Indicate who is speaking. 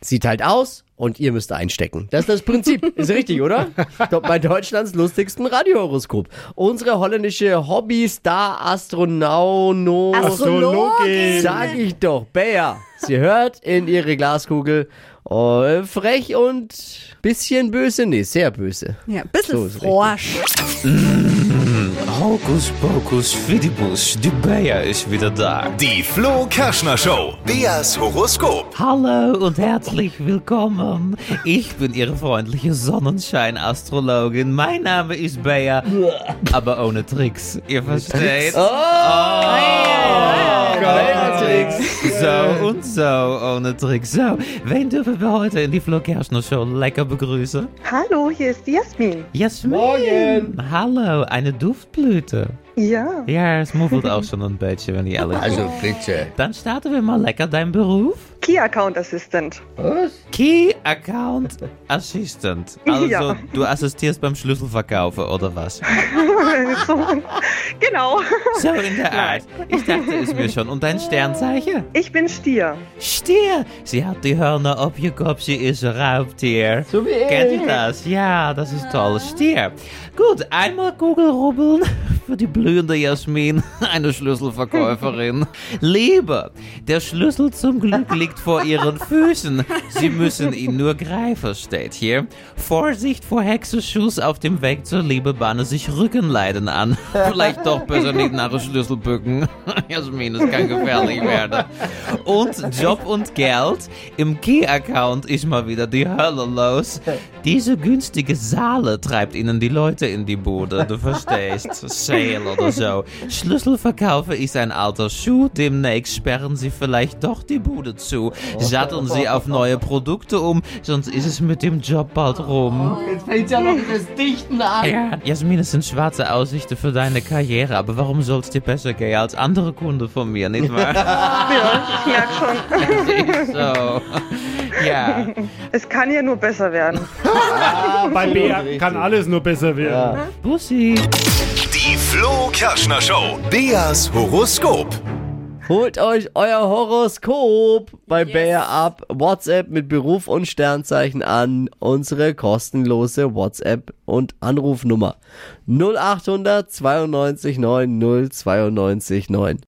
Speaker 1: Sieht halt aus und ihr müsst einstecken. Das ist das Prinzip. ist richtig, oder? Top bei Deutschlands lustigsten Radiohoroskop. Unsere holländische Hobby-Star-Astronaut,
Speaker 2: Astrologin.
Speaker 1: sag ich doch, Bea. Sie hört in ihre Glaskugel. Oh, frech und bisschen böse. Nee, sehr böse.
Speaker 2: Ja, ein bisschen
Speaker 1: So ist
Speaker 2: forsch.
Speaker 3: Hocus pocus fidibus, de Bea is wieder da.
Speaker 4: Die Flo Kerschner Show. Beas Horoskop.
Speaker 3: Hallo und herzlich willkommen. Ich bin Ihre freundliche Sonnenschein-Astrologin. Mein Name ist Bea, aber ohne Tricks. Ihr versteht?
Speaker 5: Oh,
Speaker 1: Bea Tricks.
Speaker 3: So und so, ohne Tricks. So, wen dürfen wir heute in die Flo Kerschner Show lecker begrüßen?
Speaker 6: Hallo, hier ist die Jasmin.
Speaker 3: Jasmin. Morgen. Hallo, eine Duftblüte.
Speaker 6: Ja,
Speaker 3: Ja, es muffelt auch schon ein bisschen, wenn ich ehrlich bin.
Speaker 5: Also bitte.
Speaker 3: Dann starten wir mal lecker deinen Beruf.
Speaker 6: Key Account Assistant.
Speaker 3: Key Account Assistant. Also,
Speaker 6: Ja.
Speaker 3: du assistierst beim Schlüsselverkaufen oder was?
Speaker 6: So, genau.
Speaker 3: So in der Art. Ich dachte es mir schon. Und dein Sternzeichen?
Speaker 6: Ich bin Stier.
Speaker 3: Stier. Sie hat die Hörner auf ihr Kopf. Sie ist ein Raubtier. So wie ich. Kennt ihr das? Ja, das ist toll. Stier. Gut, einmal Kugelrubbeln für die blühende Jasmin, eine Schlüsselverkäuferin. Liebe, der Schlüssel zum Glück liegt vor ihren Füßen. Sie müssen ihn nur greifen, steht hier. Vorsicht vor Hexenschuss auf dem Weg zur Liebe bahne sich Rückenleiden an. Vielleicht doch besser nicht nach dem Schlüssel bücken. Jasmin, es kann gefährlich werden. Und Job und Geld. Im Key-Account ist mal wieder die Hölle los. Diese günstige Saale treibt ihnen die Leute in die Bude. Du verstehst. Sale oder so. Schlüsselverkaufe ist ein alter Schuh. Demnächst sperren sie vielleicht doch die Bude zu. Satteln sie auf neue Produkte um, sonst ist es mit dem Job bald rum.
Speaker 5: Jetzt fängt ja noch das Dichten an.
Speaker 3: Ja, Jasmin, es sind schwarze Aussichten für deine Karriere, aber warum soll es dir besser gehen als andere Kunden von mir, nicht wahr?
Speaker 6: Ja, ich merke schon,
Speaker 3: so. Ja.
Speaker 6: es kann ja nur besser werden.
Speaker 2: Bei Bea kann alles nur besser werden.
Speaker 3: Bussi.
Speaker 4: Die Flo Kerschner Show. Beas Horoskop.
Speaker 1: Holt euch euer Horoskop bei Bayer ab. WhatsApp mit Beruf und Sternzeichen an unsere kostenlose WhatsApp und Anrufnummer 0800 92 9 092 9.